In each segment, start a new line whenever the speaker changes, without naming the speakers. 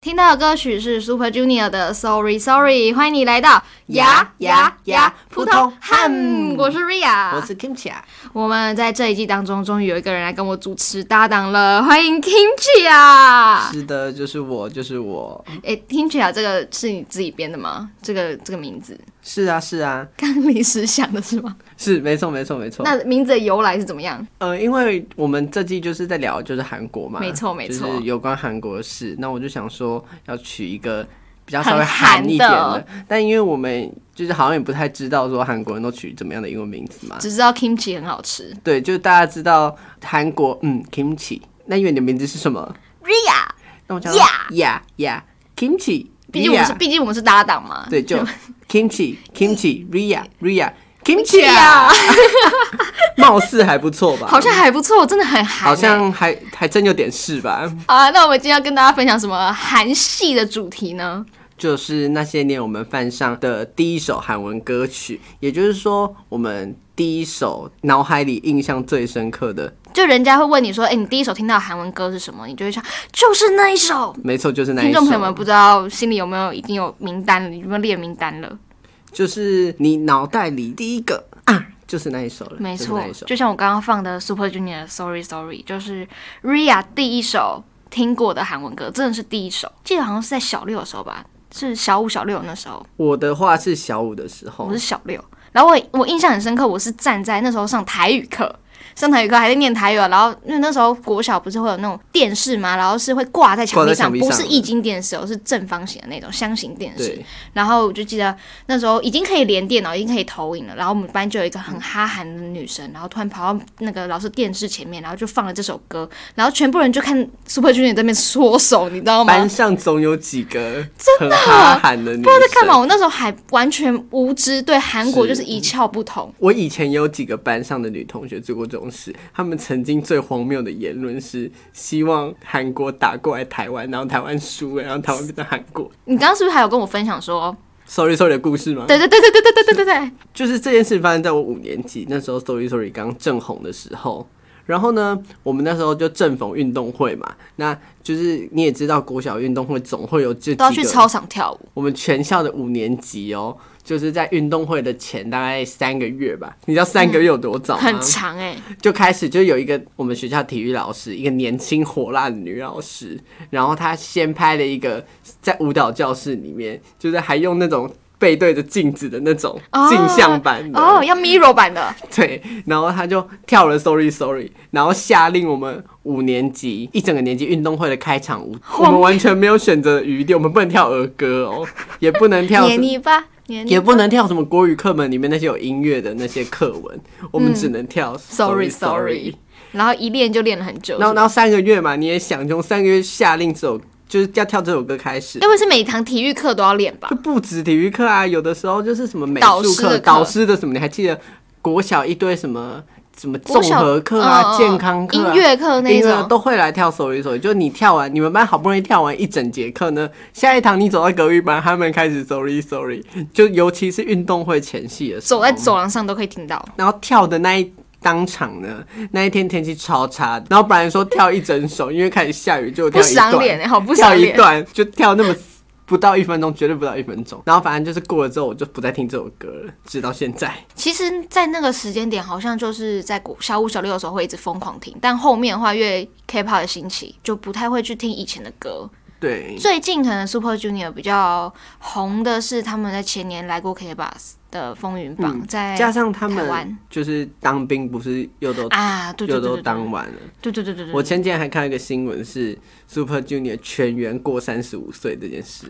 听到的歌曲是 Super Junior 的《Sorry Sorry》，欢迎你来到
呀呀呀
普通汉
普通，汉
我是瑞亚，
我是 Kimchi 啊，
我们在这一季当中，终于有一个人来跟我主持搭档了，欢迎 Kimchi 啊！
是的，就是我，就是我，
哎，Kimchi 啊，这个是你自己编的吗？这个这个名字，
是啊，是啊，
刚临时想的是吗？
是没错，没错，没错。
那名字的由来是怎么样？
呃，因为我们这季就是在聊就是韩国嘛，
没错没错
就是有关韩国的事。那我就想说要取一个比较
很
稍微韩一点
韩
的
的，
但因为我们就是好像也不太知道说韩国人都取怎么样的英文名字嘛，
只知道 Kimchi 很好吃
对，就是大家知道韩国，嗯，kimchi。那因为你的名字是什么？
，Ria，
那我想说呀呀，kimchi。
毕竟我们是
Ria
毕竟我们是搭档嘛，
对，就 kimchi kimchi Ria Ria kimchi
Kimchi
啊
啊，
貌似还不错吧？
好像还不错，真的很韩欸、
好像还还真有点事吧？
好啊。那我们今天要跟大家分享什么韩系的主题呢？
就是那些年我们犯上的第一首韩文歌曲，也就是说，我们第一首脑海里印象最深刻的，
就人家会问你说，哎、你第一首听到的韩文歌是什么？你就会说，就是那一首。
没错，就是那一
听
首。
众朋友们不知道心里有没有已经有名单了，有没有列名单了？
就是你脑袋里第一个啊，就是那一首了，
没
就是
错
那一，首。
就像我刚刚放的 Super Junior 的 Sorry Sorry，就是 Ria 第一首听过的韩文歌，真的是第一首，记得好像是在小六的时候吧，是小五小六那时候，
我的话是小五的时候
我是，小六，然后我我印象很深刻，我是站在那时候上台语课。上台语课还在念台语啊，然后因为那时候国小不是会有那种电视嘛，然后是会挂在墙壁上，
挂在墙壁
不
上
是液晶电视哦，是正方形的那种箱型电视。
对，
然后我就记得那时候已经可以连电脑，已经可以投影了。然后我们班就有一个很哈韩的女生，然后突然跑到那个老师电视前面，然后就放了这首歌，然后全部人就看 Super Junior 在那边缩手，你知道吗？
班上总有几个很哈韩的女
不知道在干嘛，
生。
我那时候还完全无知，对韩国
是
就是一窍不通。
我以前也有几个班上的女同学做过这种事，她们曾经最荒谬的言论是希望韩国打过来台湾，然后台湾输了，然后台湾变成韩国。
你刚刚是不是还有跟我分享说，
Sorry Sorry 的故事吗？
对对对对对对对对对对，
就是这件事发生在我五年级那时候，Sorry Sorry 刚正红的时候。然后呢，我们那时候就正逢运动会嘛，那就是你也知道，国小运动会总会有这几
都要去
个
操场跳舞，
我们全校的五年级哦，就是在运动会的前大概三个月吧，你知道三个月有多早吗？
很长哎、
就开始就有一个我们学校体育老师，一个年轻火辣的女老师，然后她先拍了一个在舞蹈教室里面，就是还用那种背对着镜子的那种
哦
镜像版的，
哦，要 mirror 版的，
对，然后她就跳了 Sorry Sorry，然后下令我们五年级一整个年级运动会的开场舞，我们完全没有选择余地，我们不能跳儿歌 哦，也不能跳什
黏
么
你吧，黏你
也不能跳什么国语课本里面那些有音乐的那些课文，我们只能跳
嗯，sorry
Sorry
sorry，然后一练就练了很久，
然后，然后三个月嘛，你也想从三个月下令这首就是要跳这首歌开始
要，不是每堂体育课都要练吧
就？不止体育课啊，有的时候就是什么美
导
术
师的
课、
课
导师的什么，你还记得国小一堆什么什么综
国小
合课啊、
嗯嗯
健康课、啊、
音乐课那一
音乐
种
都会来跳手语手语。就你跳完，你们班好不容易跳完一整节课呢，下一堂你走到隔壁班，他们开始 sorry sorry，就尤其是运动会前戏的时候，
走在走廊上都可以听到。
然后跳的那一当场呢，那一天天气超差的，然后本来说跳一整首，因为开始下雨就跳
不
一段，
赏脸欸好不
跳
赏
一
脸
段就跳那么不到一分钟，绝对不到一分钟。然后反正就是过了之后，我就不再听这首歌了，直到现在。
其实，在那个时间点，好像就是在国小五、小六的时候会一直疯狂听，但后面的话，因为 K-pop 的兴起，就不太会去听以前的歌。
对，
最近可能 Super Junior 比较红的是他们在前年来过 K-pop 的风云榜，在
嗯加上他
哎台
们
湾
就是当兵，不是又都、
啊，对对
又
对嗯
都
对对
当完了。
对对对对对，
我前几天还看到一个新闻，是 Super Junior 全员过三十五岁这件事，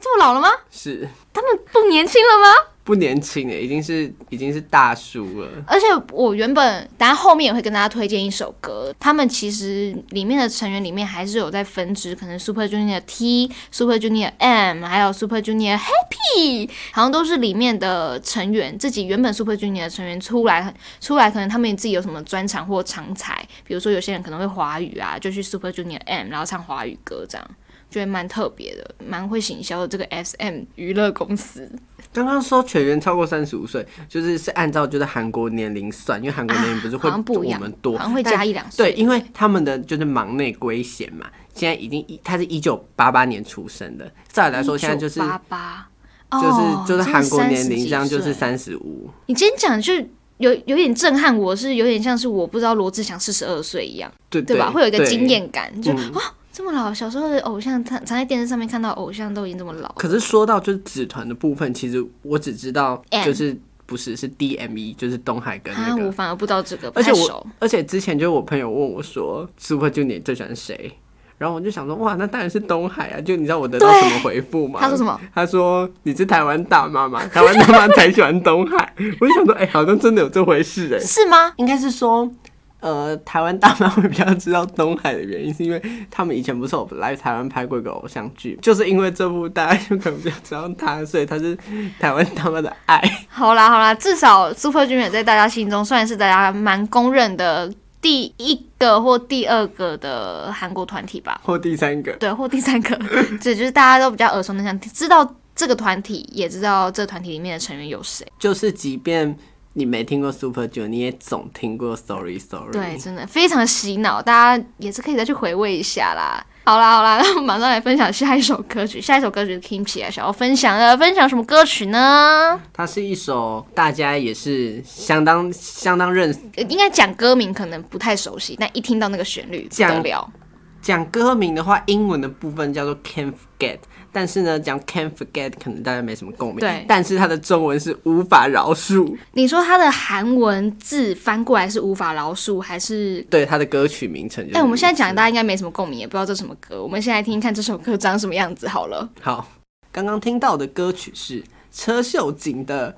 这么老了吗？
是
他们不年轻了吗？
不年轻欸了，已经是已经是大叔了。
而且我原本，等下后面也会跟大家推荐一首歌。他们其实里面的成员里面还是有在分支，可能 Super Junior T、Super Junior M，还有 Super Junior Happy，好像都是里面的成员自己原本 Super Junior 的成员出来出来，可能他们自己有什么专长或长才，比如说有些人可能会华语啊，就去 Super Junior M，然后唱华语歌这样。觉得蛮特别的，蛮会行销的这个 SM 娱乐公司。
刚刚说全员超过三十五岁，就是是按照就是韩国年龄算，因为韩国年龄不是
啊好
会
像
比
不一
我
样
们多，
好像会加一两岁
对，因为他们的就是忙内归贤嘛，现在已经一他是一九八八年出生的，照理来说现在就是
八八，哦
就是就是韩国年龄上就
真的30几岁
是三十五，
你今天讲就有有点震撼我，是有点像是我不知道罗志祥四十二岁一样，
对
对吧？会有一个惊。艳感，就、
嗯
哇这么老，小时候的偶像，常常在电视上面看到偶像都已经这么老。
可是说到就是纸团的部分，其实我只知道
M
就是不是是 DME，就是东海跟那
啊，我
个。
反而不知道这个，不
而且
太
我
熟。，
而且之前就是我朋友问我说，Super Junior 最喜欢谁？然后我就想说，哇，那当然是东海啊！就你知道我得到
对
什么回复吗？
他说什么？
他说你是台湾大妈嘛， 台湾大妈才喜欢东海。我就想说，哎、好像真的有这回事 哎、
是吗？
应该是说，呃，台湾大妈会比较知道东海的原因，是因为他们以前不是有来台湾拍过一个偶像剧，就是因为这部大家就可能比较知道他，所以他是台湾大妈的爱。
好啦好啦，至少 Super Junior 在大家心中算是大家蛮公认的第一个或第二个的韩国团体吧。
或第三个，
对，或第三个，对，就是大家都比较耳熟能详，知道这个团体，也知道这个团体里面的成员有谁。
就是即便你没听过 Super Junior，你也总听过 Sorry Sorry。
对，真的非常洗脑，大家也是可以再去回味一下啦。好啦好啦， 那我们马上来分享下一首歌曲。下一首歌曲是 Kimchi 啊，想要分享的，分享什么歌曲呢？
它是一首大家也是相当相当认
呃应该讲歌名可能不太熟悉，但一听到那个旋律不得
讲
了。
讲歌名的话，英文的部分叫做 Can't Forget，但是呢，讲 Can't Forget 可能大家没什么共鸣。
对
但是它的中文是无法饶恕。
你说它的韩文字翻过来是无法饶恕，还是？
对，它的歌曲名称就是。
哎、我们现在讲，大家应该没什么共鸣，也不知道这什么歌。我们现在听听看这首歌长什么样子好了。
好，刚刚听到的歌曲是车秀景的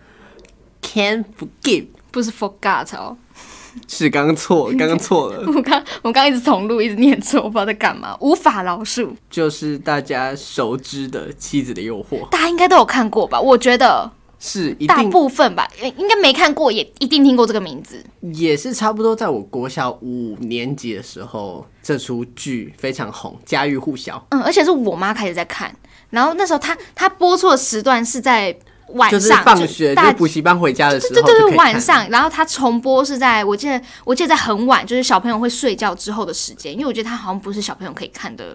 Can't Forgive，
不是 forgot 哦，
是刚刚错，刚刚错了，
我刚我刚一直重录，一直念错，我不知道在干嘛，无法饶恕。
就是大家熟知的《妻子的诱惑》，
大家应该都有看过吧？我觉得
是一
大
定
部分吧，应应该没看过也一定听过这个名字。
也是差不多，在我国小五年级的时候，这出剧非常红，家喻户晓。
嗯，而且是我妈开始在看，然后那时候她她播出的时段是在晚
就是
上，
放学
大
就补习班回家的时候
对
就可以
对
看，
对，晚上，然后它重播是在我记得，我记得在很晚，就是小朋友会睡觉之后的时间，因为我觉得它好像不是小朋友可以看的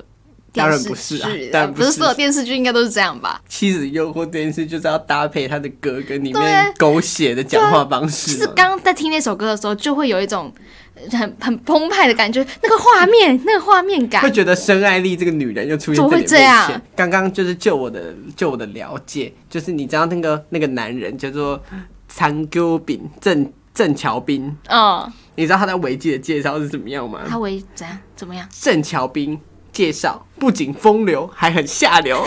电
当然
视剧，
不是啊
呃
当然不
不是
是
所有电视剧应该都是这样吧？
《妻子的诱惑》这件事就是要搭配他的歌跟里面狗血的讲话方
啊就
式
是
嘛。
刚刚在听那首歌的时候，就会有一种呃很很澎湃的感觉，那个画面，那个画面
会
感，
觉得申爱丽这个女人又出现在你
怎
面
么会这
前
样。
刚刚就是就我的就我的了解，就是你知道那个那个男人叫做残鸠炳郑郑乔斌，
嗯，
你知道他在维基的介绍是怎么样吗？
他为怎样怎么样？
郑乔斌介绍，不仅风流，还很下流。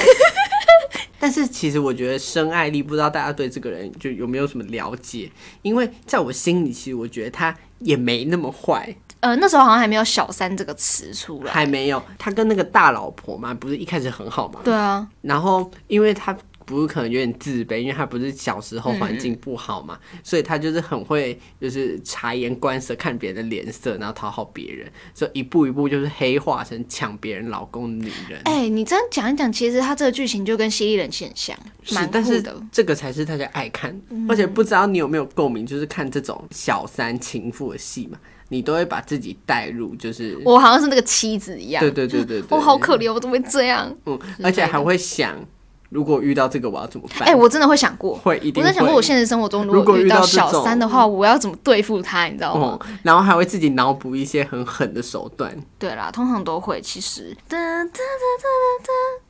但是其实我觉得申爱丽，不知道大家对这个人就有没有什么了解？因为在我心里，其实我觉得他也没那么坏，
呃，那时候好像还没有“小三”这个词出来。
还没有。他跟那个大老婆嘛，不是一开始很好嘛？
对啊，
然后因为他不是可能有点自卑，因为他不是小时候环境不好嘛，
嗯
所以他就是很会就是察言观色，看别人的脸色，然后讨好别人，所以一步一步就是黑化成抢别人老公的女人。
哎、你这样讲一讲，其实他这个剧情就跟《犀利人气》很像，
是
哎蛮，
但
酷
是
的。嗯
这个才是大家爱看，而且不知道你有没有共鸣，就是看这种小三情妇的戏嘛，你都会把自己带入，就是
我好像是那个妻子一样
对，对对对对，
我好可怜，我怎么会这样？
嗯，
的
而且还会想，如果遇到这个我要怎么办？
哎、我真的会想过，
会一
我
定
在想过，
会
我现实生活中
如果
遇
遇到
到
这
小
种嗯
三的话，我要怎么对付他？你知道吗？
哦，然后还会自己脑补一些很狠的手段，
对啦，通常都会。其实，哒哒哒哒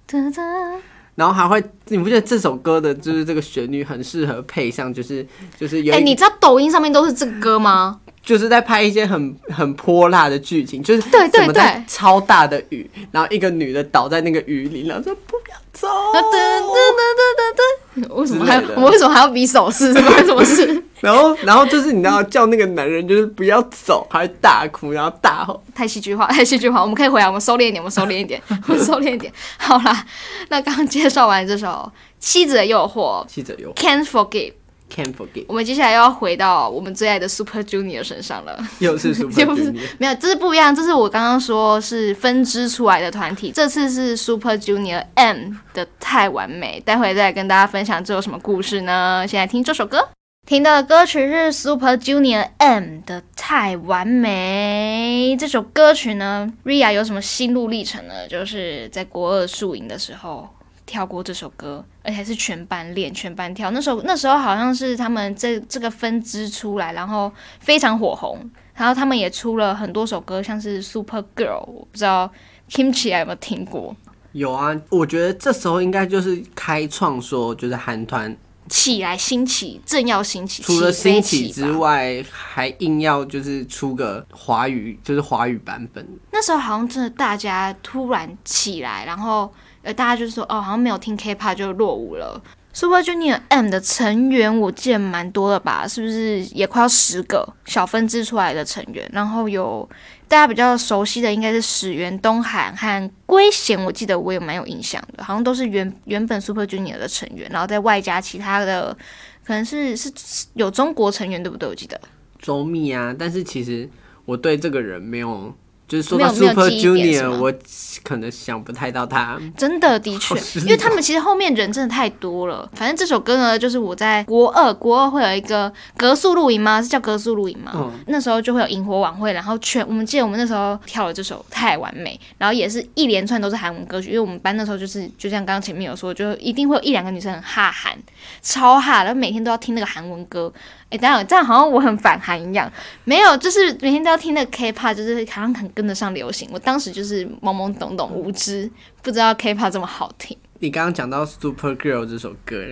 哒哒哒。
然后还会，你不觉得这首歌的就是这个旋律很适合配上，就是就是有
哎、
一
你知道抖音上面都是这个歌吗？
就是在拍一些很很泼辣的剧情，就是
对对
怎么在
对
超大的雨，然后一个女的倒在那个雨里，然后说不要走，
啊噔噔噔噔噔噔，为什么还
哦之类的
我们为什么还要比手势？ 是发生什么事？
然后然后就是你知道叫那个男人就是不要走，还大哭，然后大吼，
太戏剧化，太戏剧化，我们可以回来，我们收敛一点，我们收敛一点， 我们收敛一点。好啦，那刚介绍完这首《妻子的诱惑
记者有》
，Can't Forgive，
can't forget，
我们接下来又要回到我们最爱的 Super Junior 身上了。
又 是 Super
又是
Junior，
没有，这是不一样，这是我刚刚说是分支出来的团体，这次是 Super Junior M 的《太完美》，待会再跟大家分享这有什么故事呢？先来听这首歌，听到的歌曲是 Super Junior M 的《太完美》。这首歌曲呢，Ria 有什么心路历程呢？就是在国二宿营的时候。跳过这首歌，而且还是全班练、全班跳。那时候那时候好像是他们这这个分支出来，然后非常火红，然后他们也出了很多首歌，像是《Super Girl》，我不知道 Kimchi 有没有听过，
有啊，我觉得这时候应该就是开创说就是韩团
起来兴起，正要兴起，
除了
起飞
兴起
吧
之，外，还硬要就是出个华语，就是华语版本。
那时候好像真的大家突然起来，然后呃，大家就说哦，好像没有听 K-pop 就落伍了。Super Junior M 的成员我记得蛮多的吧，是不是也快要十个小分支出来的成员？然后有大家比较熟悉的应该是始源、东海和圭贤，我记得我也蛮有印象的，好像都是原原本 Super Junior 的成员，然后再外加其他的，可能是是是有中国成员对不对？我记得
周密啊，但是其实我对这个人没有，就是说到
没有没有
Super
记忆点是
Junior，
吗
我可能想不太到他。
真的，的确
好，失礼
因为他们其实后面人真的太多了。反正这首歌呢，就是我在国二，国二会有一个格宿露营吗？是叫格宿露营吗？
嗯
那时候就会有萤火晚会，然后全我们记得我们那时候跳了这首《太完美》，然后也是一连串都是韩文歌曲，因为我们班那时候就是就像刚刚前面有说，就一定会有一两个女生很哈韩，超哈，然后每天都要听那个韩文歌。哎，当然这样好像我很反韩一样，没有，就是每天都要听那个 K-pop，就是好像很跟得上流行。我当时就是懵懵懂懂无知，不知道 K-pop 这么好听。
你刚刚讲到 Super Girl 这首歌，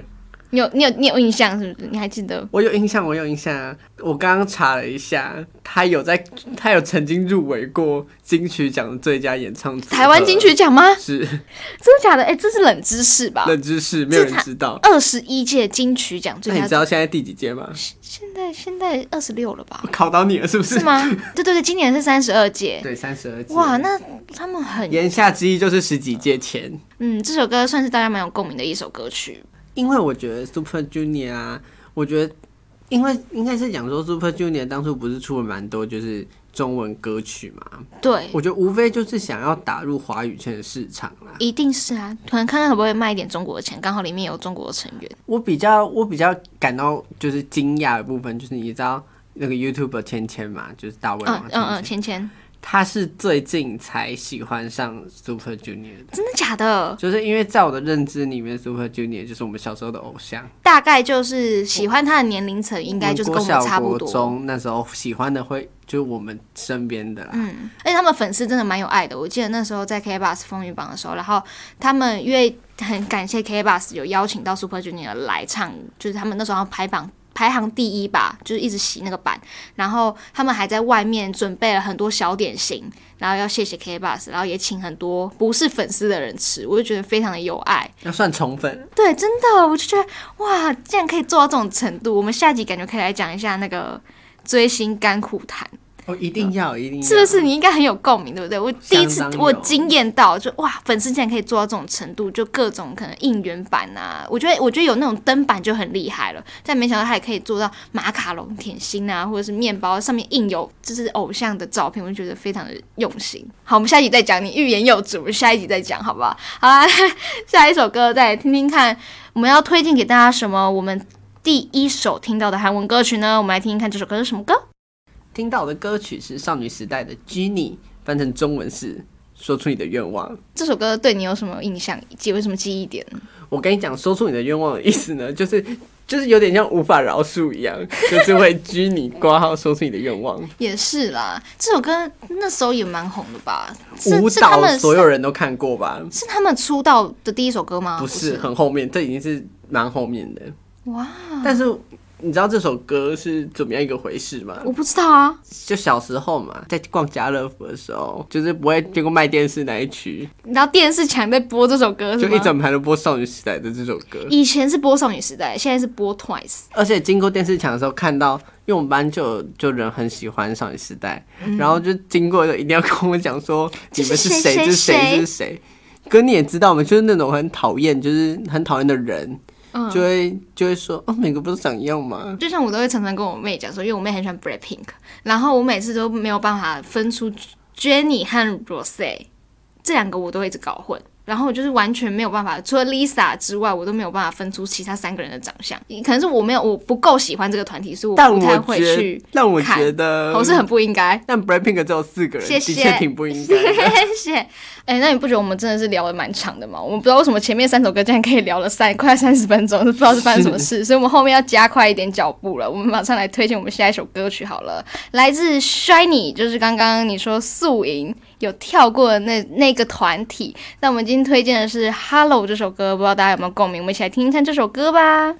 你有你有你有印象是不是？你还记得？
我有印象，我有印象啊。我刚刚查了一下，他有在，他有曾经入围过金曲奖的最佳演唱组合
台湾金曲奖吗？
是
真的假的？哎、这是冷知识吧？
冷知识，没有人知道。
二十一届金曲奖最
那哎你
佳
知，道现在第几届吗？
现在现在二十六了吧
我？考到你了，是不是？
是吗？对对对，今年是三十二届。
对，三十二届。
哇，那他们很
言下之意就是十几届前，
嗯，这首歌算是大家蛮有共鸣的一首歌曲。
因为我觉得 Super Junior 啊，我觉得因为应该是讲说 Super Junior 当初不是出了蛮多就是中文歌曲嘛，
对，
我觉得无非就是想要打入华语圈的市场啦。
一定是啊，可能看看可不可以卖一点中国的钱，刚好里面有中国的成员。
我比较我比较感到就是惊讶的部分，就是你知道那个 YouTube 芊芊嘛，就是大胃王
嗯
芊
嗯嗯，芊
芊，
芊，
他是最近才喜欢上 Super Junior 的，
真的假的？
就是因为在我的认知里面，Super Junior 就是我们小时候的偶像。
大概就是喜欢他的年龄层，应该就是跟我们差不
国小国
多。
中那时候喜欢的会就是我们身边的啦，
嗯，而且他们粉丝真的蛮有爱的。我记得那时候在 K Bus 风云榜的时候，然后他们因为很感谢 K Bus 有邀请到 Super Junior 来唱，就是他们那时候好像排榜排行第一吧，就是一直洗那个版。然后他们还在外面准备了很多小点心，然后要谢谢 K Bus，然后也请很多不是粉丝的人吃，我就觉得非常的有爱。
要算宠粉。
对，真的，我就觉得哇，竟然可以做到这种程度。我们下集感觉可以来讲一下那个追星甘苦谈，
哦，一定要，一定要，
是不是？你应该很有共鸣，对不对？我第一次
相当有
我惊艳到，就哇，粉丝竟然可以做到这种程度，就各种可能应援版啊，我觉得我觉得有那种灯版就很厉害了，但没想到他也可以做到马卡龙、点心啊，或者是面包上面印有就是偶像的照片，我就觉得非常的用心。好，我们下一集再讲，你欲言又止，我们下一集再讲，好不好？ 好啦，下一首歌再来听听看，我们要推荐给大家什么？我们第一首听到的韩文歌曲呢？我们来听听看这首歌是什么歌。
听到的歌曲是少女时代的《Genie》，翻成中文是“说出你的愿望”。
这首歌对你有什么印象？记有什么记忆点？
我跟你讲，说出你的愿望的意思呢，就是就是有点像无法饶恕一样， 就是会拘你挂号，说出你的愿望。
也是啦，这首歌那时候也蛮红的吧？是
舞
是他
蹈
们
所有人都看过吧？
是他们出道的第一首歌吗？
不是很后面，这已经是蛮后面的。
哇，
但是你知道这首歌是怎么样一个回事吗？
我不知道啊，
就小时候嘛，在逛家乐福的时候，就是不会经过卖电视那一区，
然后电视墙在播这首歌是
就
吗？
一整排都播少女时代的这首歌。
以前是播少女时代，现在是播 Twice。
而且经过电视墙的时候，看到，因为我们班就有就人很喜欢少女时代，然后就经过就一定要跟我讲说
这
你们
是谁
是谁，这是
谁
谁，这是谁。哥你也知道嘛，就是那种很讨厌，就是很讨厌的人，
嗯
就会就会说，哦，每个不是长一样吗？
就像我都会常常跟我妹讲说，因为我妹很喜欢 Blackpink，然后我每次都没有办法分出 Jennie 和 Rose 这两个，我都会一直搞混。然后我就是完全没有办法，除了 Lisa 之外，我都没有办法分出其他三个人的长相。可能是我没有，我不够喜欢这个团体，所以
但
我不太
我
会
觉
去，
但我
看
觉得
我是很不应该。
但 Blackpink 只有四个人，
谢谢
的确挺不应该的。
谢谢。哎、那你不觉得我们真的是聊的蛮长的吗？我们不知道为什么前面三首歌竟然可以聊了三快三十分钟，不知道是发生什么事，所以我们后面要加快一点脚步了。我们马上来推荐我们下一首歌曲好了，来自 Shiny，就是刚刚你说素营有跳过的那那个团体。那我们今天推荐的是《Hello》这首歌，不知道大家有没有共鸣？我们一起来听听看这首歌吧。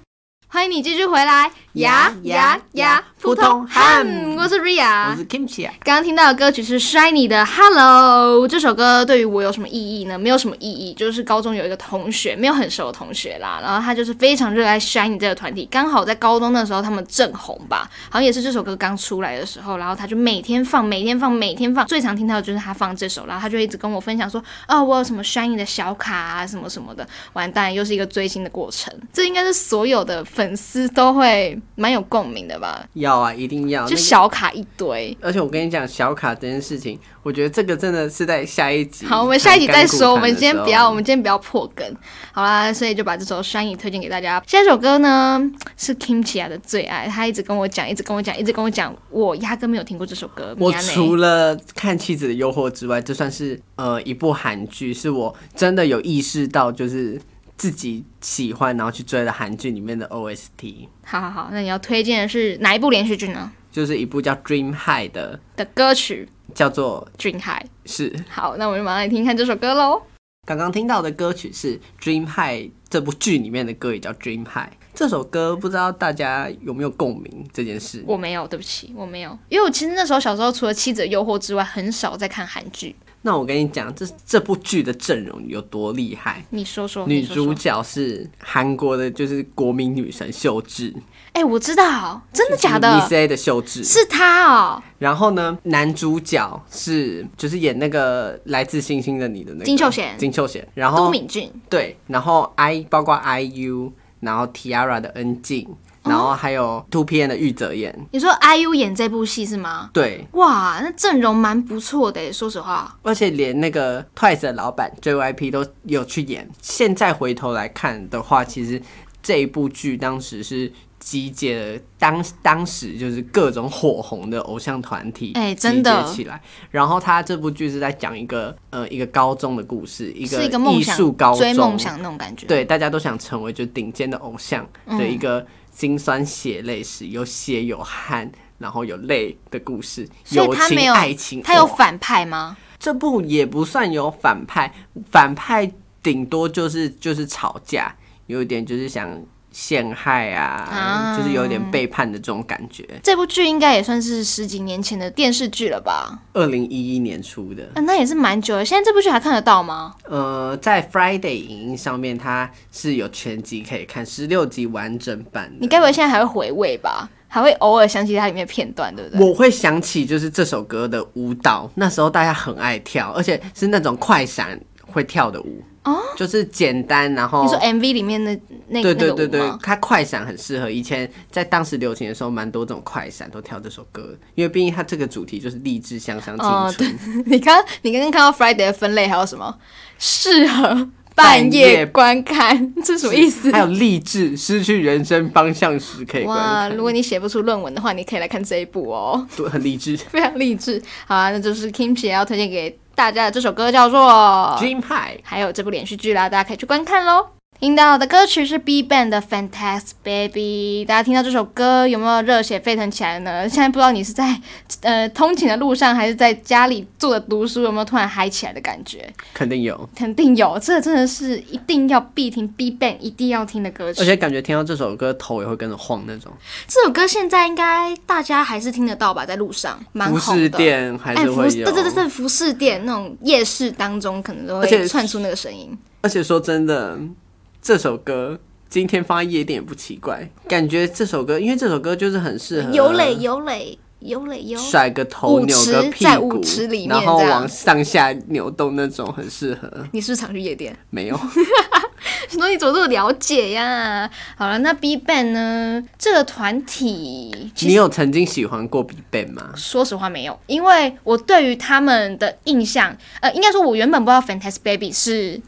欢迎你继续回来，
呀
呀
呀呀
普
普
通
通
汉
汉，
我是 Ria，
我是 Kimchi 啊，
刚刚听到的歌曲是 Shiny 的《Hello》，这首歌对于我有什么意义呢？没有什么意义，就是高中有一个同学，没有很熟的同学啦，然后他就是非常热爱 Shiny 这个团体，刚好在高中的时候他们正红吧，好像也是这首歌刚出来的时候，然后他就每天放，每天放，每天放，最常听到的就是他放这首，然后他就一直跟我分享说，哦，我有什么 Shiny 的小卡啊，什么什么的，完蛋，又是一个追星的过程，这应该是所有的粉丝都会蛮有共鸣的吧，
要啊，一定要。
就
那个
小卡一堆。
而且我跟你讲，小卡这件事情，我觉得这个真的是在下一集。
好，我们下一集再说。我们今天不要，我
们
们今天不要破梗。好啦，所以就把这首《山影》推荐给大家。下一首歌呢是 Kimchi 啊的最爱，他一直跟我讲，一直跟我讲，一直跟我讲，我压根没有听过这首歌。
我
米亚内
除了看《妻子的诱惑》之外，这算是呃一部韩剧，是我真的有意识到，就是自己喜欢，然后去追的韩剧里面的 OST，
好好好，那你要推荐的是哪一部连续剧呢？
就是一部叫《Dream High》的，
的歌曲
叫做
《Dream High
是》。
好，那我们就马上来听听看这首歌喽。
刚刚听到的歌曲是《Dream High》这部剧里面的歌，也叫《Dream High》。这首歌不知道大家有没有共鸣这件事？
我没有，对不起，我没有，因为我其实那时候小时候除了《妻子的诱惑》之外，很少在看韩剧。
那我跟你讲，这这部剧的阵容有多厉害。
你说说，哦
女
你说
主
说，
角是韩国的，就是国民女神秀智，
哎、我知道，真的假的？
？ECA 的秀智。
是他哦，
然后呢，男主角是就是演那个来自星星的你的那个
金秀贤
金秀贤。然
都
后
敏俊。
对，然后 I 包括 IU，然后 Tiara 的恩静，
哦
然后还有 Two PM 的玉泽演。
你说 IU 演这部戏是吗？
对，
哇，那阵容蛮不错的耶，欸说实话。
而且连那个 Twice 的老板 JYP 都有去演。现在回头来看的话，其实这一部剧当时是集结了当当时就是各种火红的偶像团体，
哎真的
集结起来。然后他这部剧是在讲一个呃一个高中的故事，一
是一个梦
艺
想
术高中
追梦想那种感觉。，
对，大家都想成为就顶尖的偶像的
嗯
一个辛酸血泪史，有血有汗，然后有泪的故事，
所
友
以他没
情、
有
爱情，
他有
哇
反派吗？
这部也不算有反派，反派顶多就是就是吵架，有一点就是想陷害啊，
啊
就是有点背叛的这种感觉。
这部剧应该也算是十几年前的电视剧了吧？
二零一一年出的，
啊，那也是蛮久了。现在这部剧还看得到吗？
呃，在 Friday 影音上面它是有全集可以看，十六集完整版
你
的。
该不会现在还会回味吧？还会偶尔想起它里面的片段，对不对？
我会想起就是这首歌的舞蹈，那时候大家很爱跳，而且是那种快闪会跳的舞，哦、就是简单，然后
你说 MV 里面的那
对对对
那个
对
舞吗，？
它快闪很适合。以前在当时流行的时候，蛮多这种快闪都跳这首歌，因为毕竟它这个主题就是励志向上青
哦
春。
你刚你刚刚看到 Friday 的分类还有什么适合半
半
夜
夜
观看？这什么意思？
还有励志失去人生方向时可以观
哇，
看
如，果你写不出论文的话，你可以来看这一部哦，
对，很励志。
非常励志。好啊，那就是 Kimchi 要推荐给大家的这首歌叫做
Dream High，
还有这部连续剧啦，大家可以去观看喽。引导的歌曲是 B Ban 的《Fantastic Baby》，大家听到这首歌有没有热血沸腾起来呢？现在不知道你是在呃通勤的路上，还是在家里坐着读书，有没有突然嗨起来的感觉？
肯定有。
肯定有，这真的是一定要必听 B Ban 一定要听的歌曲。
而且感觉听到这首歌，头也会跟着晃那种。
这首歌现在应该大家还是听得到吧，在路上蛮
服
红
饰
的。
店还
哎，
是
服
会
对
有。
对对，对服饰店那种夜市当中，可能都
而且
会窜出那个声音。
而且说真的，这首歌今天放在夜店也不奇怪。感觉这首歌，因为这首歌就是很适合
有嘞有嘞有嘞有，
甩个头、
舞
扭
池
个屁
在
股
舞池里，面
然后
这样
往上下扭动那种很适合。
你是不是常去夜店？
没有，
所以怎么这么了解呀？好了，那 B Ban 呢？这个团体其
你
实
有曾经喜欢过 BigBang 吗？
说实话没有，因为我对于他们的印象，呃，应该说我原本不知道 Fantastic Baby 是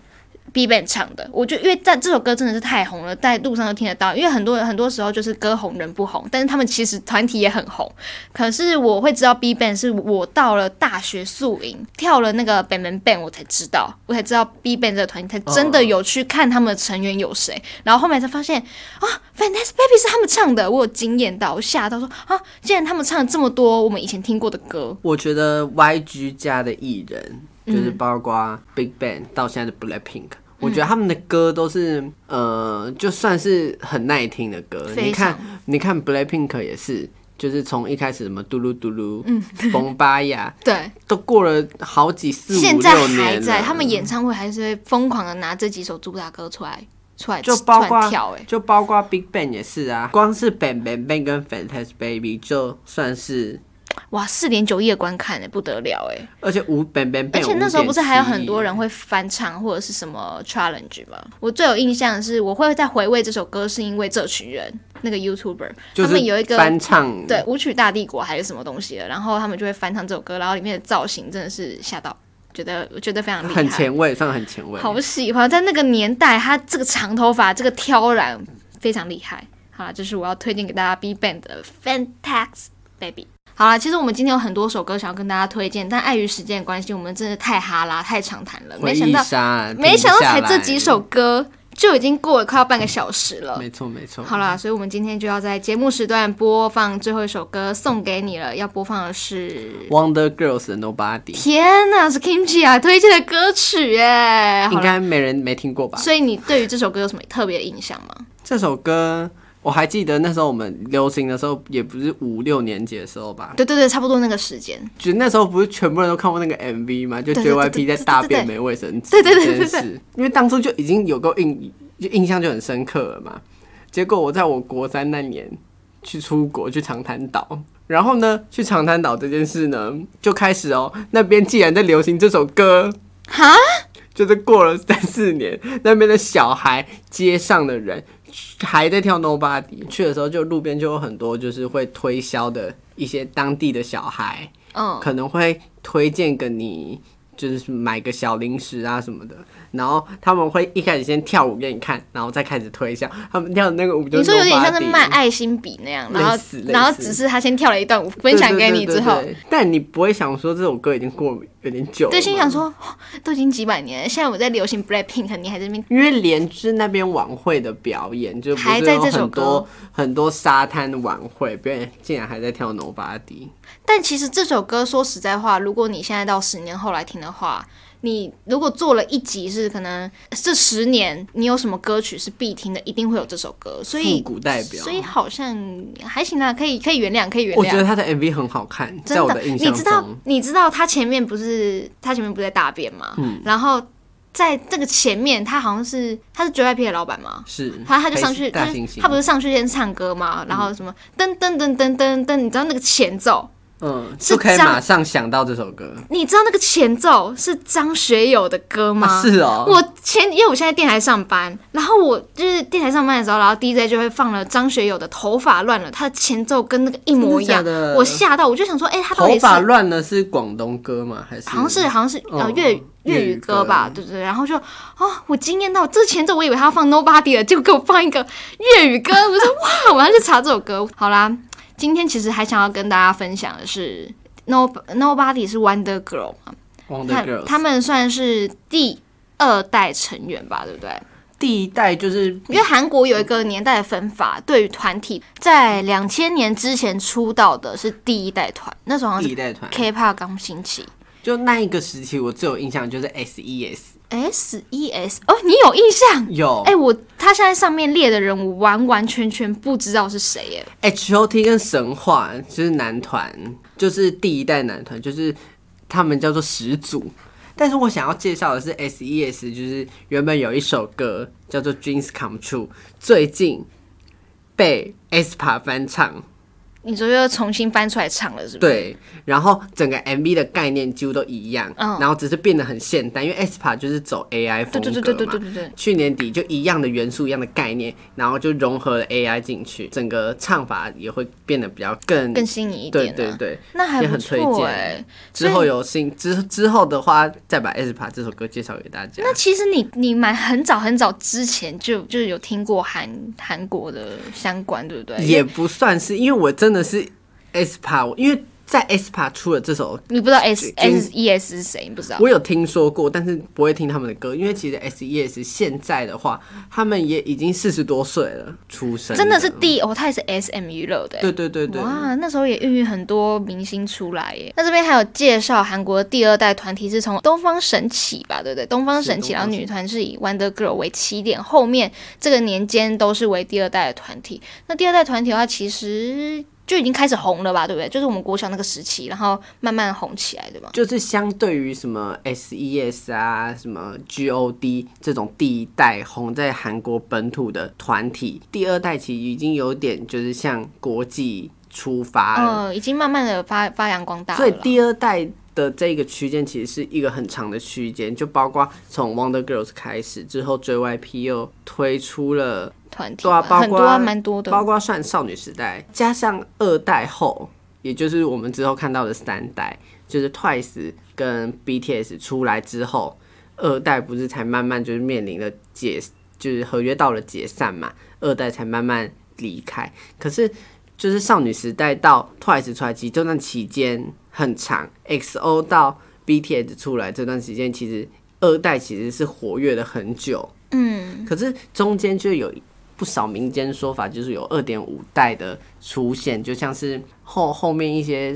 B Ban 唱的，我就因为在这首歌真的是太红了，在路上都听得到。因为很多人很多时候就是歌红人不红，但是他们其实团体也很红。可是我会知道 B Ban 是我到了大学宿营跳了那个 Bang Bang Bang，我才知道，我才知道 B Ban 这个团体，才真的有去看他们的成员有谁，然后后面才发现啊，Fantastic Baby 是他们唱的，我有惊艳到，我吓到说啊，竟然他们唱了这么多我们以前听过的歌，
我觉得 YG 家的艺人，
嗯
就是包括 Big Bang 到现在的 Blackpink，、我觉得他们的歌都是呃，就算是很耐听的歌。
非常
你看，你看 Blackpink 也是，就是从一开始什么嘟噜嘟噜，嗯，崩巴呀，
对，
都过了好几四五
现在
六年
还
了
在，他们演唱会还是会疯狂的拿这几首主打歌出来出来
就包
出来
括
跳、欸，
就包括 Big Bang 也是啊，光是 Bang Bang Bang 跟 Fantastic Baby 就算是，
哇，四点九亿的观看、欸，不得了、欸，
而且五 Bang Bang Bang，
而且那时候不是还有很多
人。
人会翻唱或者是什么 challenge 吗？我最有印象的是，我会在回味这首歌，是因为这群人那个 YouTuber，、
就
他
是
们有一个
翻唱，
对舞曲大帝国还是什么东西的，然后他们就会翻唱这首歌，然后里面的造型真的是吓到，觉得我觉得非常厉害，
很前卫，算很前卫。
好喜欢，在那个年代，他这个长头发，这个挑染非常厉害。好啦，这是我要推荐给大家 B Band 的 Fantax Baby。好啦，其实我们今天有很多首歌想要跟大家推荐，但碍于时间的关系，我们真的太哈拉、太长谈了。没
回
想
忆
到，
杀，
没想到
停
才
不下来
这几，首歌就已经过了快要半个小时了。
没错没错。
好啦，所以我们今天就要在节目时段播放最后一首歌送给你了。要播放的是，
，Wonder Girls 的 Nobody
天呐，是 Kimchi 啊推荐的歌曲耶！好
应
啦
该没人没听过吧？
所以你对于这首歌有什么特别的印象吗？
这首歌我还记得那时候我们流行的时候，也不是五六年级的时候吧？
对对对，差不多那个时间。
就那时候不是全部人都看过那个 MV 嘛？就
对对对
JYP 在大便
对对对
没卫生纸，
对对对对对
对，因为当初就已经有够印就印象就很深刻了嘛。结果我在我国三那年去出国去长滩岛，然后呢去长滩岛这件事呢就开始哦，那边既然在流行这首歌，
哈，
就是过了三四年，那边的小孩、街上的人还在跳 Nobody。去的时候就路边就有很多就是会推销的一些当地的小孩，
嗯，
可能会推荐给你，就是买个小零食啊什么的。然后他们会一开始先跳舞给你看，然后再开始推销。他们跳的那个舞就
你
是
说
Nobody,
有点像是卖爱心笔那样，然后
类似类似
然后只是他先跳了一段舞分享给你之后，
对对对对对但你不会想说这首歌已经过有点久了，
对，心想。说哦都已经几百年了，现在我在流行 Blackpink，你还在那边
因为连枝那边晚会的表演，就不是
还在这
有
首
很
歌
多很多沙滩晚会表演，竟然还在跳 Nobody。
但其实这首歌说实在话，如果你现在到十年后来听的话，你如果做了一集是可能这十年你有什么歌曲是必听的，一定会有这首歌，所
复
以
古代表
所，以好像还行啦，可以可以原谅，可以原
我觉
谅
得。他的 MV 很好看，在
真
我
的，
印
你
象
知道
中，
你知道他前面不是他前面不是在大便吗？
嗯
然后在这个前面，他好像是他是 JYP 的老板吗？
是
他他就上去，
嗯黑
他
大
就
猩猩，
他不是上去先唱歌吗？然后什么噔噔噔噔噔噔，你知道那个前奏，
嗯，
是
就可以
张
马上想到这首歌
你知道那个前奏是张学友的歌吗？
啊，是哦，
我前因为我现在电台上班，然后我就是电台上班的时候，然后 DJ 就会放了张学友的《头发乱了》，他的前奏跟那个一模一样
真的假，的
我吓到，我就想说，哎、他到底
头
是
发乱了是广东歌吗？还是
好像是好像是呃
哦
粤粤
粤
语
语
歌
歌
吧，对对对，然后就哦，我惊艳到，之前奏我以为他要放 Nobody 了，结果给我放一个粤语歌，我说哇，我要去查这首歌。好啦，今天其实还想要跟大家分享的是 No Nobody 是 Wonder Girl，嘛
Wonder
他
Girls，嗯
他们算是第二代成员吧，对不对？
第一代就是
因为韩国有一个年代的分法，对于团体在两千年之前出道的是第一代团，那时候好像
第
是
一代团，
K-pop 刚兴起。
就那一个时期，我最有印象就是 S.E.S。
S E S 哦，你有印象？
有，
哎、我他现在上面列的人，我完完全全不知道是谁哎。
H.O.T 跟神话就是男团，就是第一代男团，就是他们叫做始祖。但是我想要介绍的是 S.E.S，就是原本有一首歌叫做《Dreams Come True》，最近被 aespa 翻唱，
你说又重新翻出来唱了，是不是？
对，然后整个 MV 的概念几乎都一样，
嗯
然后只是变得很现代，因为 aespa 就是走 AI 风格嘛，
对对对对对对对对。
去年底就一样的元素、一样的概念，然后就融合了 AI 进去，整个唱法也会变得比较更
更新颖一点、
对
啊。
对对。
那还
也
不
很推
错
荐
哎、所
之
以
后有新之之后的话，再把 S p a 这首歌介绍给大家
那。其实你你蛮很早很早之前就就有听过韩韩国的相关，对不对？
也不算是，因为我真的是 S p a 因为在 S p a 出了这首，
你不知道 S
已经
S E S 是谁，你不知道？
我有听说过，但是不会听他们的歌，因为其实 S E S 现在的话，他们也已经四十多岁了，出生
真的是第哦，他也是 S M 娱乐的欸。
对对对对，
哇，那时候也孕育很多明星出来耶。那这边还有介绍韩国的第二代团体是从东方神起吧，对不对？东方神起，
是东
然
方
后
神起
女团是以 Wonder Girl 为起点，后面这个年间都是为第二代的团体。那第二代团体的话，其实就已经开始红了吧，对不对？就是我们国小那个时期，然后慢慢红起来，对吧？
就是相对于什么 SES 啊、什么 GOD 这种第一代红在韩国本土的团体，第二代其实已经有点就是向国际出发了，
嗯、已经慢慢的发发扬光大了
哎所以
啦。
第二代。的这个区间其实是一个很长的区间，就包括从 Wonder Girls 开始之后，JYP 又推出了，
团体
对啊
吧
包
很多
括
啊，蛮多的。
包括算少女时代，加上二代后，也就是我们之后看到的三代，就是 Twice 跟 BTS 出来之后，二代不是才慢慢就是面临了解，就是合约到了解散嘛，二代才慢慢离开。可是就是少女时代到 Twice 出来，其实这段期间很长，XO 到 BTS 出来这段时间，其实二代其实是活跃了很久。嗯，可是中间就有不少民间说法，就是有二点五代的出现，就像是后后面一些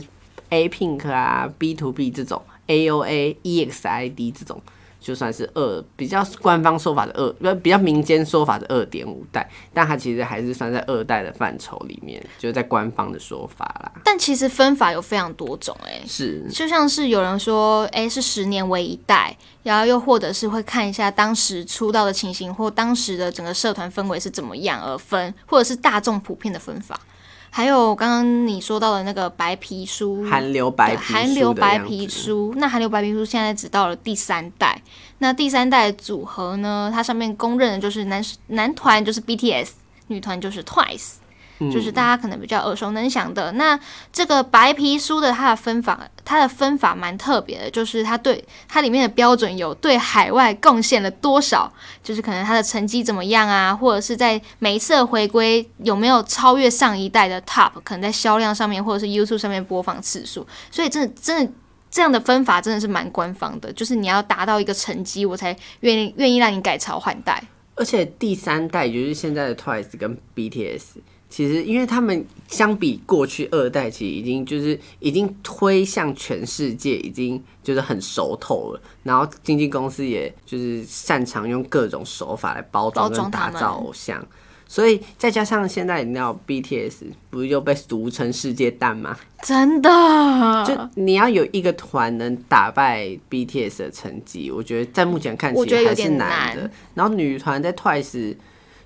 A Pink 啊、B to B 这种 A O A、E X I D 这种，就算是二比较官方说法的二，不比较民间说法的二点五代，但它其实还是算在二代的范畴里面，就是在官方的说法啦。
但其实分法有非常多种、欸，哎，
是，
就像是有人说，哎、是十年为一代，然后又或者是会看一下当时出道的情形或当时的整个社团氛围是怎么样而分，或者是大众普遍的分法。还有刚刚你说到的那个白皮书，
韩流白
对
皮
韩流
书的
白
样
皮
子
书，那韩流白皮书现在只到了第三代。那第三代的组合呢，它上面公认的就是男男团就是 BTS，女团就是 Twice。就是
嗯
大家可能比较耳熟能详的。那这个白皮书的它的分法，它的分法蛮特别的，就是它对它里面的标准有对海外贡献了多少，就是可能它的成绩怎么样啊，或者是在每一次的回归有没有超越上一代的 top，可能在销量上面或者是 YouTube 上面播放次数。所以真的真的。这样的分法真的是蛮官方的，就是你要达到一个成绩，我才愿意愿意让你改朝换代。
而且第三代就是现在的 Twice 跟 BTS，其实因为他们相比过去二代，其实已经就是已经推向全世界，已经就是很熟透了。然后经纪公司也就是擅长用各种手法来包装
包装
跟打
他们
造偶像。所以再加上现在你知道 BTS 不是又被俗称世界蛋吗？
真的，
就你要有一个团能打败 BTS 的成绩，我觉得在目前看
我
起
觉得
来
有
还是
点
难的。
难
然后女团在 Twice，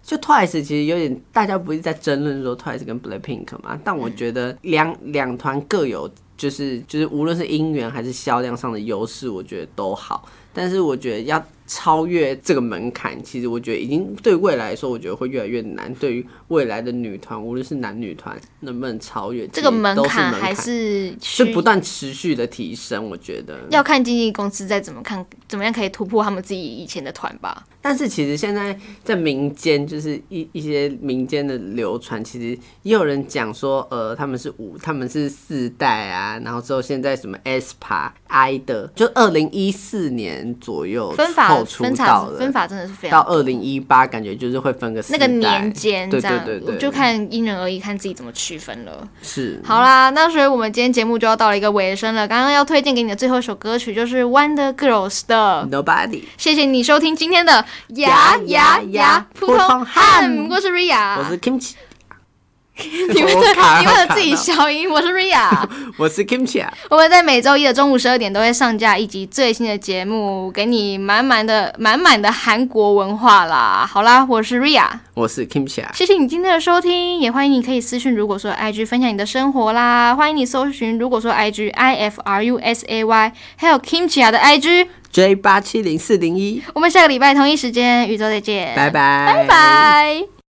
就 Twice 其实有点大家不是在争论说 Twice 跟 Blackpink 嘛，但
嗯
我觉得两两团各有就是就是无论是音源还是销量上的优势，我觉得都好。但是我觉得要超越这个门槛，其实我觉得已经对未来来说，我觉得会越来越难。对于未来的女团，无论是男女团，能不能超越
这个
其实
门
都是
槛
门
还是
就
需
不断持续的提升，我觉得。
要看经纪公司再怎么看，怎么样可以突破他们自己以前的团吧。
但是其实现在在民间，就是一一些民间的流传，其实也有人讲说，呃，他们是五，他们是四代啊，然后之后现在什么 SPA、I 的，就二零一四年左右
分法
后
的
出
分
道
法
了
分法真的是非
到
常
二零一八，感觉就是会分个四
那个年
代
间
对
这样，
对对对
就看因人而异，看自己怎么区分了。
是
好啦，那所以我们今天节目就要到了一个尾声了。刚刚要推荐给你的最后一首歌曲就是《Wonder Girls》的。
Nobody。
谢谢你收听今天的牙
牙牙
牙
牙
牙
普
普
通
通
汉
汉，我是 Ria，
我是 Kimchi，
啊 你们
我
的
卡
你们
卡
的自己
到
消音，我是 Ria。
我是 Kimchi 啊，
我们在每周一的中午十二点都会上架一集最新的节目，给你满满的满满的韩国文化啦。好啦，我是 Ria，
我是 Kimchi 啊，
谢谢你今天的收听，也欢迎你可以私讯如果说 IG 分享你的生活啦，欢迎你搜寻如果说 IG I F R U S A Y，还有 Kimchi 啊的 IG。
J 八七零四零一，
我们下个礼拜同一时间宇宙再见，
拜
拜
拜，
拜